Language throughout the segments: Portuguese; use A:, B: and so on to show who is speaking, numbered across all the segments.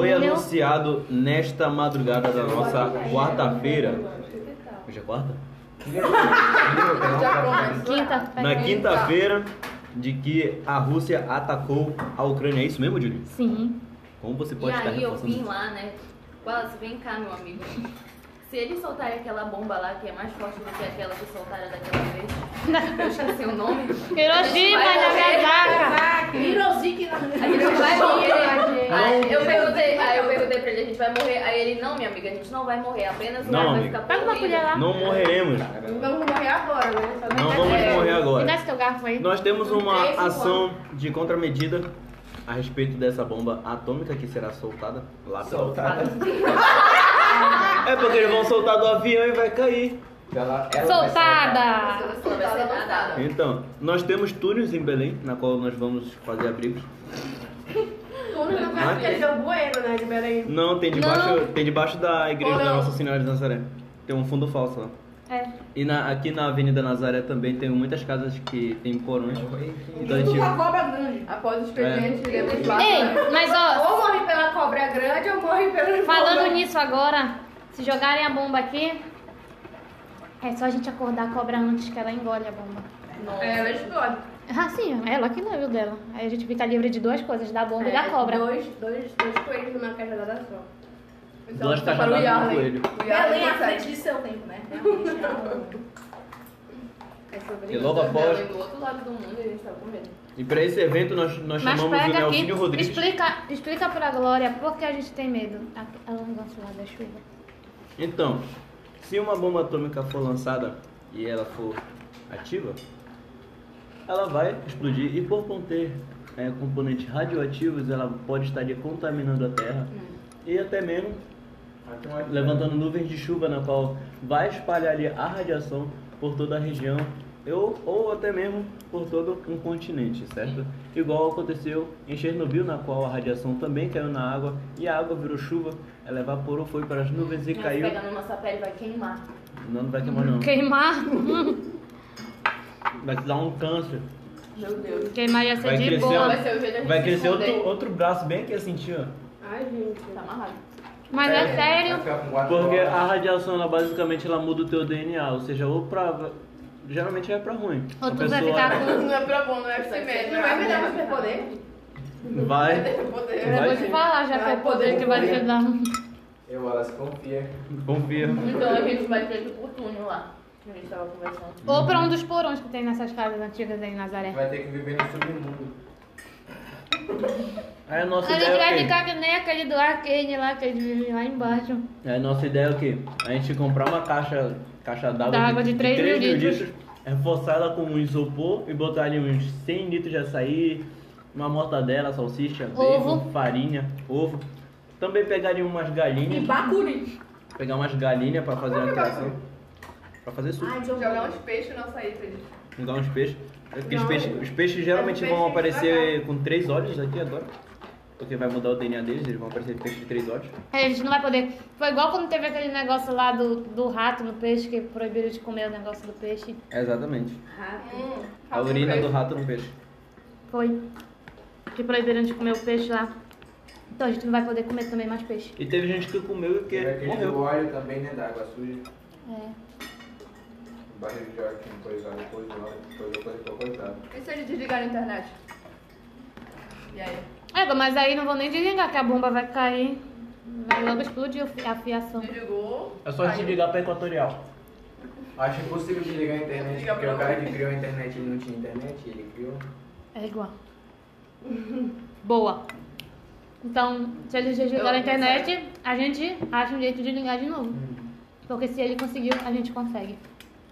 A: Foi anunciado nesta madrugada da nossa quarta-feira. Hoje é quarta?
B: Quinta-feira.
A: Na quinta-feira, de que a Rússia atacou a Ucrânia. É isso mesmo, Júlio?
B: Sim.
A: Como você
C: E
A: pode estar
C: aí eu
A: reforçando
C: vim
A: isso?
C: lá, né? Wallace, vem cá, meu amigo. Se eles soltarem aquela bomba lá, que é mais forte do que aquela que soltaram daquela vez, eu esqueci o nome.
B: Hiroshima na Nagasaki.
C: A gente vai morrer. Aí eu perguntei, aí eu perguntei pra ele, a gente vai morrer. Aí ele, não, minha amiga, a gente não vai morrer, apenas o
A: Não,
C: ar vai
A: amiga.
C: ficar
B: Pega uma
C: poluído.
B: colher lá.
A: Não morreremos.
D: Vamos morrer agora, né? Só
A: Não
D: vai-
A: vamos
C: É.
A: morrer
B: Me dá
A: agora. é
B: esse teu garfo aí.
A: Nós temos uma
D: Três,
A: ação de contramedida a respeito dessa bomba atômica que será soltada lá pela
E: Soltada.
A: É porque eles vão soltar do avião e vai cair.
E: Ela, ela vai
B: Soltada.
C: Isso não vai ser nada.
A: Então, nós temos túneis em Belém, na qual nós vamos fazer abrigos.
D: Tudo não vai
A: Mas-
D: ficar de bueiro, né? De Belém.
A: Não, tem debaixo,
B: Não.
A: Tem debaixo da igreja
D: Ou
A: da
D: não.
A: Nossa Senhora de Nazaré. Tem um fundo falso lá.
B: É.
A: E na- aqui na Avenida Nazaré também tem muitas casas que tem porões. Então a
D: Tudo
A: gente.
D: com a cobra grande. Após os
A: É.
D: expediente, iremos lá.
B: Ei, mas ó,
D: Ou morre pela cobra grande ou morre pelo
B: falando nisso agora, se jogarem a bomba aqui, é só a gente acordar a cobra antes que ela engole a bomba.
C: Nossa.
D: É, ela explode.
B: Ah, sim, ela que não viu dela. Aí a gente fica livre de duas coisas, da bomba e da
D: É,
B: cobra.
D: Dois, dois, dois coelhos numa cajadada só. Então,
A: Duas
D: para o
A: cajadadas num
D: Yarley.
A: coelho.
D: O Yarley
C: é
F: Belém à
D: consegue.
F: frente de seu tempo, né?
C: um-
D: É sobre
A: E
D: isso.
A: logo após.
C: Do outro lado do mundo, a gente tá com medo.
A: E pra esse evento nós, nós
B: Mas
A: chamamos o
B: pega aqui,
A: Nelsinho Rodrigues.
B: explica, explica pra Glória por que a gente tem medo. Ah, Ela não gosta lá da chuva.
A: Então, se uma bomba atômica for lançada e ela for ativa, ela vai explodir e por conter é, componentes radioativos, ela pode estaria contaminando a Terra
B: Hum.
A: e até mesmo levantando nuvens de chuva na qual vai espalhar ali a radiação por toda a região ou, ou até mesmo por todo um continente, certo? Igual aconteceu em Chernobyl, na qual a radiação também caiu na água e a água virou chuva, ela evaporou, foi para as nuvens e
C: Mas
A: caiu.
C: pega na nossa pele, vai queimar.
A: Não, não vai queimar não.
B: Queimar,
A: Vai te dar um câncer.
C: Meu Deus.
B: queimar ia ser
A: Vai
B: de
A: crescer,
B: boa.
A: ó.
C: Vai ser o jeito da gente
A: Vai
C: se
A: crescer
C: esconder.
A: outro, outro braço bem aqui assim, tio.
D: Ai, gente.
C: Tá amarrado.
B: Mas é sério.
A: Porque a radiação, ela basicamente, ela muda o teu DNA, ou seja, ou pra... Geralmente é pra ruim.
B: Ou
A: A
B: tu vai
A: pessoa
B: ficar com.
D: Não é pra bom, não é pra si mesmo. Não vai me
C: um
D: dar mais poder.
A: Vai,
D: Poder.
B: Eu
A: vai
B: vou te
A: sim.
B: falar, já que é o poder que vai te dar.
E: Eu, elas confia.
A: Confia.
C: Então a gente vai preso por túnel lá. que A gente tava conversando.
B: Ou pra um dos porões que tem nessas casas antigas aí em Nazaré.
E: Vai ter que viver no submundo.
A: Aí a nossa
B: A
A: ideia
B: gente vai
A: é o quê?
B: ficar que nem aquele do arcade lá, que eles vivem lá embaixo.
A: Aí a nossa ideia é o quê? A gente comprar uma caixa, caixa d'água
B: D'água de três
A: três
B: mil litros.
A: reforçar ela com um isopor e botar ali uns 100 litros de açaí, uma mortadela, salsicha, bacon,
B: Ovo.
A: farinha, ovo. Também pegaria umas galinhas.
D: E bacuri.
A: pegar umas galinhas pra fazer uma criação. Pra fazer suco.
D: Jogar um uns peixes na saída dele.
A: Pegar uns peixes. É porque os
D: Não.
A: peixes, os peixes geralmente
B: É
D: Mas
B: um
D: o
A: vão
D: peixe
A: aparecer com três olhos aqui agora. Porque vai mudar o DNA deles, eles vão aparecer peixes de três olhos.
B: Aí a gente não vai poder. Foi igual quando teve aquele negócio lá do, do rato no peixe, que proibiram de comer o negócio do peixe.
A: Exatamente.
D: Hum,
A: A urina do rato no peixe.
B: Foi. Que proibiram de comer o peixe lá. Então a gente não vai poder comer também mais peixe.
A: E teve gente que comeu e que
E: Tem aquele do
A: morreu.
E: óleo também, né? Da água suja. Um
B: É.
E: Barril de óleo que não pôs óleo, pôs óleo, pôs óleo, pôs coitado.
D: E se eles desligaram a internet? E aí?
B: É, mas aí não vou nem desligar que a bomba vai cair. Vai logo explodir a fiação.
D: Desligou.
A: É só a gente ligar pra Equatorial.
E: Acho impossível de ligar a internet,
D: Liga
E: porque
D: pra
E: o cara
D: mim.
E: que criou a internet, ele não tinha internet, ele criou.
B: É igual. Boa. Então, se eles desligaram a
C: Eu-
B: internet, a gente acha um jeito de ligar de novo.
C: Hum.
B: Porque se ele conseguiu, a gente consegue.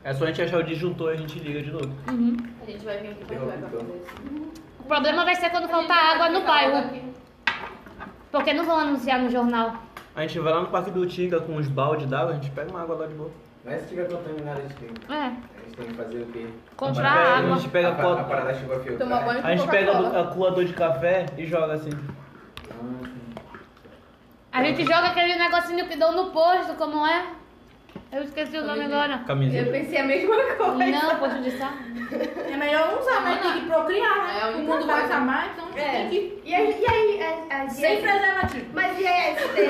A: É só a gente achar o disjuntor e a gente liga de novo.
B: Uhum.
C: A gente vai vir aqui pra jogar pra fazer isso.
B: O problema vai ser quando faltar água no
C: tá
B: bairro. Porque não vão anunciar no jornal.
A: A gente vai lá no Parque do Tinga com uns baldes d'água, a gente pega uma água lá de boa.
E: Mas é se tiver contaminado, a gente tem,
B: É,
E: a gente tem que fazer o quê?
B: comprar
A: a gente pega, A
B: água.
A: gente pega
E: a,
A: a,
E: pa- a
A: coa-
E: parada chegou a filtrar.
D: Tomar banho com
A: a gente pega
D: Coca-Cola.
A: a coador de café e joga assim.
E: Ah, sim.
B: A gente joga aquele negocinho que dão no posto, como é? Eu esqueci o nome agora.
D: Eu
A: Camiseta.
D: pensei a mesma coisa.
B: Não, poxa de sal.
F: É melhor não usar, mas tem que procriar, né?
C: É, a
F: o
C: única
F: mundo vai
C: coisa.
F: acabar, então você
D: É.
F: tem que. é
D: E aí, e aí a, a,
F: Sem
D: e aí-
F: preservativo.
D: Mas e aí, ST?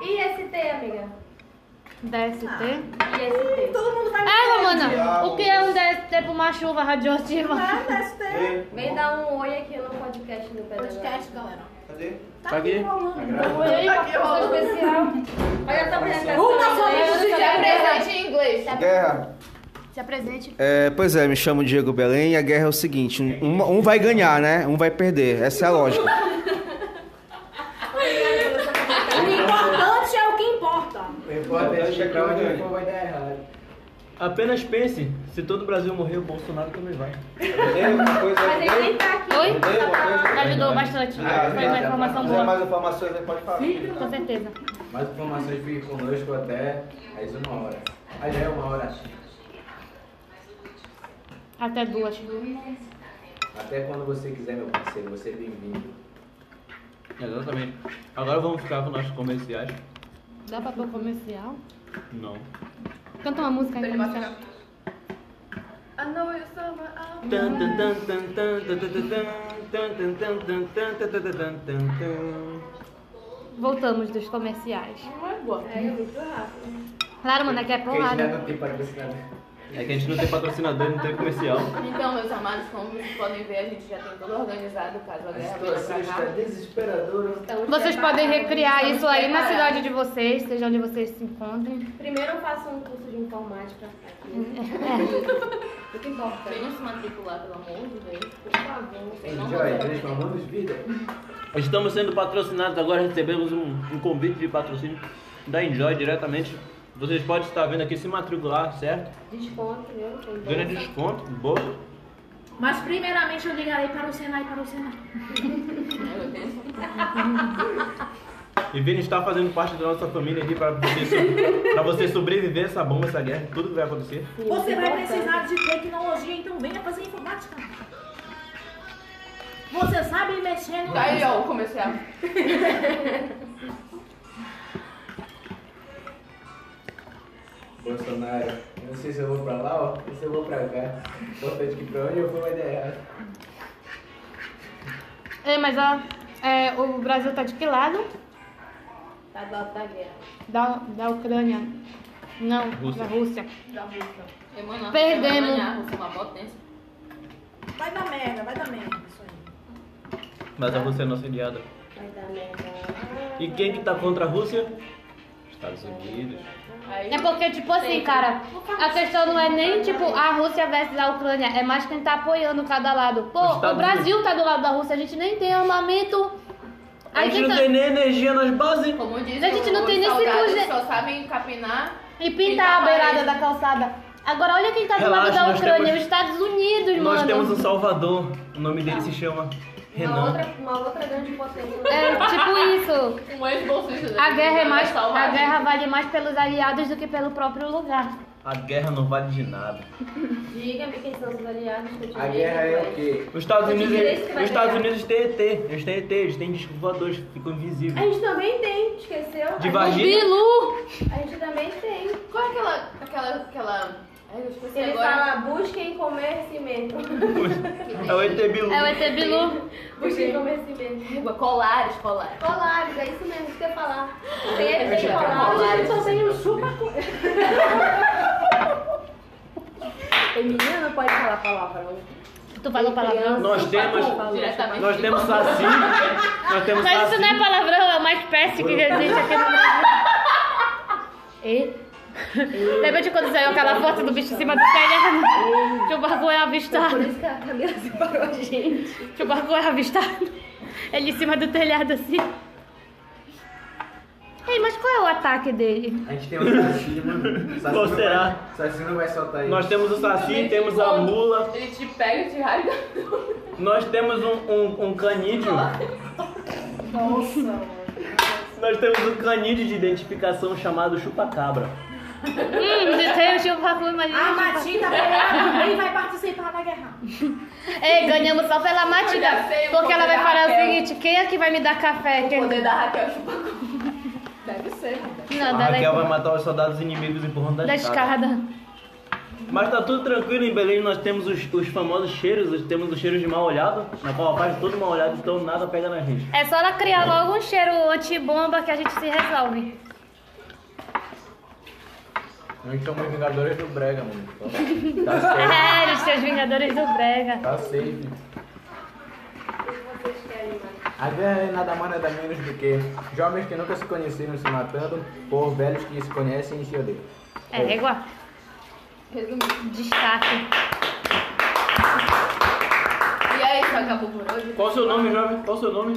D: E ST, amiga?
C: Ah.
B: DST.
F: Ih,
D: IST.
F: Todo mundo vai
B: É, Romana,
E: diabo.
B: o que é um DST pra uma chuva radioativa?
C: Tá
F: Nada, isso é
D: Vem dar um oi aqui no podcast do Pedro.
F: podcast, galera.
E: Cadê?
F: Tá
A: Tá aqui.
F: aqui rolando.
E: Agrada.
D: Oi,
F: Tá aqui
D: pessoa
F: rolando.
D: especial. Olha essa mulher que
C: Uh, tá
F: Uma só
D: é
F: vez de
C: Presente em inglês.
D: Tá
E: Guerra.
B: Se apresente.
G: É, pois é, me chamo Diego Belém e a guerra é o seguinte: um, um- um vai ganhar, né? Um vai perder. Essa é a lógica.
F: O importante é o que importa.
H: O importante é pra onde o povo vai dar errado.
A: Apenas pense, se todo o Brasil morrer, o Bolsonaro também vai.
E: Tem uma coisa
D: Mas ele nem tá aqui.
B: Oi?
E: Tem uma coisa
B: Ajudou bastante. Foi
E: Ah,
B: uma informação
E: Se quiser
B: boa.
E: mais informações, aí pode falar.
B: Com certeza.
H: Mais informações fiquem conosco até às uma hora. Aí é uma hora.
B: Até duas.
H: Até quando você quiser, meu parceiro, você é bem-vindo.
A: Exatamente. Agora vamos ficar com nossos comerciais.
B: Dá pra pôr comercial?
A: Não.
B: Canta uma música aí, comercial.
D: Ah,
C: I know you summer out.
A: Tan, tan, tan, tan, tan, tan, tan, tan, tan, tan, tan, tan, tan, tan, tan, tan, tan, tan.
B: Voltamos dos comerciais.
D: É, é muito rápido.
B: Claro, mano, aqui é
H: Porque a gente
B: porrada.
H: ainda não
F: né?
H: tem patrocinador.
A: É que a gente não tem patrocinador, não tem comercial.
C: Então, meus amados, como vocês podem ver, a gente já tem tudo organizado caso a guerra
H: A
C: venha
H: situação
C: pra
H: está
C: cá.
H: desesperadora.
F: Então,
D: Estamos
B: Vocês podem
D: preparados,
B: recriar
D: estamos
B: isso aí na
D: preparados.
B: cidade de vocês, seja onde vocês se encontrem.
D: Primeiro eu faço um curso de informática aqui.
F: Uhum.
D: O que importa?
C: Venham se matricular, pelo amor de Deus.
D: Por favor.
H: Enjoy, transformando vida.
A: Estamos sendo patrocinados, agora recebemos um, um convite de patrocínio da Enjoy diretamente. Vocês podem estar vendo aqui se matricular, certo?
D: Desconto, viu? Tem
A: Ganha
D: bolsa.
A: desconto, bolsa.
F: Mas primeiramente eu ligarei para o Senai, para o Senai.
A: E Vini está fazendo parte da nossa família aqui para você, so- pra você sobreviver essa bomba, essa guerra, tudo que vai acontecer.
F: Você vai precisar de tecnologia, então venha fazer informática. Você sabe mexer no.
C: Tá aí, ó, o comercial.
H: Bolsonaro, eu não sei se eu vou pra lá, ó, ou se eu vou pra cá. O Importante é que pra onde eu for vai dar errado.
B: É, mas ó, é, o Brasil tá de que lado?
D: Tá do lado da guerra.
B: Da, da Ucrânia. Não,
A: Rússia.
B: da Rússia.
D: Da Rússia.
C: E, mano,
B: Perdemos.
C: você vai ganhar, você é uma potência.
F: Vai dar merda, vai dar merda. Isso aí.
A: Mas a Rússia é nossa aliada.
D: Vai dar merda.
A: E quem que tá contra a Rússia? Estados Unidos.
C: Aí,
B: É porque, tipo assim,
C: Sempre.
B: cara, a questão não é nem, tipo, a Rússia versus a Ucrânia, é mais quem tá apoiando cada lado. Pô,
A: Os
B: o
A: Estados
B: Brasil tá do lado da Rússia, a gente nem tem armamento.
A: A gente
B: quem
A: não
B: tá-
A: tem nem energia nas bases.
C: como diz,
B: A gente não
C: os
B: tem nem
C: soldados
B: cirurgia-
C: só sabem capinar.
B: E
C: pinta
B: pintar a
C: a
B: beirada
C: parede.
B: da calçada. Agora, olha quem tá do lado
A: Relaxa,
B: da
A: nós
B: Ucrânia,
A: temos-
B: os Estados Unidos,
A: Nós
B: mano.
A: temos um Salvador, o nome dele se chama
D: Uma
A: Renan.
D: outra, uma outra grande potência.
B: É, tipo isso.
C: Um ex-bolsista.
B: A guerra é
C: Vai
B: mais.
C: salvar
B: A guerra vale mais pelos aliados do que pelo próprio lugar.
A: A guerra não vale de nada.
D: Diga-me quem são os aliados que eu te
H: A
D: digo,
H: guerra é
D: mas-
H: o quê?
A: Os Estados
D: Eu
A: Unidos,
D: diria isso que vai
A: os Estados
D: ganhar.
A: Unidos têm ET, eles têm ET, eles têm discos voadores, ficam
D: A
A: invisíveis.
D: gente também tem, esqueceu?
A: De
D: a,
A: vagina.
B: Bilu!
D: gente, a gente também tem.
C: Qual é aquela. aquela. aquela. Ai, eu esqueci
D: Ele
C: agora.
D: fala, busquem conhecimento.
A: É o ET Bilu.
B: É o ET Bilu.
D: busquem conhecimento.
C: Colares, colares.
D: Colares, é isso mesmo que eu ia falar. Tem
C: Eu
D: esse
C: já
D: colares.
C: falei.
F: Eu só tenho chupa.
D: Tem menina, não pode falar palavra hoje.
B: Tu falou palavrão?
A: Nós temos,
C: Diretamente.
A: nós temos Saci, nós temos
B: Mas isso
A: Saci.
B: não é palavrão, é uma espécie que existe aqui no Brasil. E? Lembra de quando saiu aquela foto do bicho em cima do telhado? Que o barco é
D: Por
B: avistado.
D: isso que a Camila se parou a gente.
B: Que o barco é avistado. Ele em cima do telhado assim. Ei, mas qual é o ataque dele?
H: A gente tem um Saci, mano. Saci
A: Qual
H: não
A: será?
H: Vai, saci não vai soltar isso.
A: Nós temos o Saci, temos a mula,
C: Ele te pega e te rasga.
A: nós temos um, um, um canídeo.
F: Nossa.
A: Nós temos um canídeo de identificação chamado chupacabra.
B: Hum, de ter o chupacu, imagina.
F: A
B: o chupacu.
F: Matilda Pereira também vai participar da guerra.
B: Ei, ganhamos só pela Matilda.
C: Olha, feio,
B: Porque ela vai
C: poder
B: falar o
C: Raquel.
B: seguinte: quem é que vai me dar café?
C: O
B: Quem-
C: poder da Raquel chupa.
D: Deve ser, não deve.
A: A
B: Não, dá
A: Raquel
B: da,
A: vai matar os soldados inimigos empurrando
B: da
A: da escada.
B: escada.
A: Mas tá tudo tranquilo em Belém, nós temos os, os famosos cheiros, os- temos os cheiros de mal olhado, na qual a faz todo mal olhado, então nada pega na gente.
B: É só ela criar logo um cheiro antibomba que a gente se resolve.
H: Nós somos Vingadores do Brega, mano. Então,
A: Tá certo.
B: É, os seus Vingadores do Brega.
H: Tá safe. A guerra é nada mais nada menos do que jovens que nunca se conheceram se matando por velhos que se conhecem e se odeiam.
B: É igual.
C: Resumindo.
B: Destaque.
C: E aí, isso acabou por hoje?
A: Qual o seu nome, jovem? Qual o seu nome?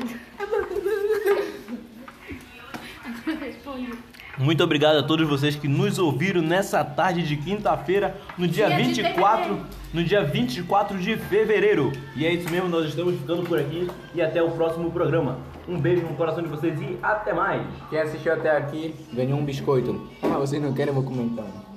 A: Muito obrigado a todos vocês que nos ouviram nessa tarde de quinta-feira, no dia,
C: Dia de
A: 24, no dia 24 de fevereiro. E é isso mesmo, nós estamos ficando por aqui e até o próximo programa. Um beijo no coração de vocês e até mais.
H: Quem assistiu até aqui ganhou um biscoito. Ah, vocês não querem, eu vou comentar.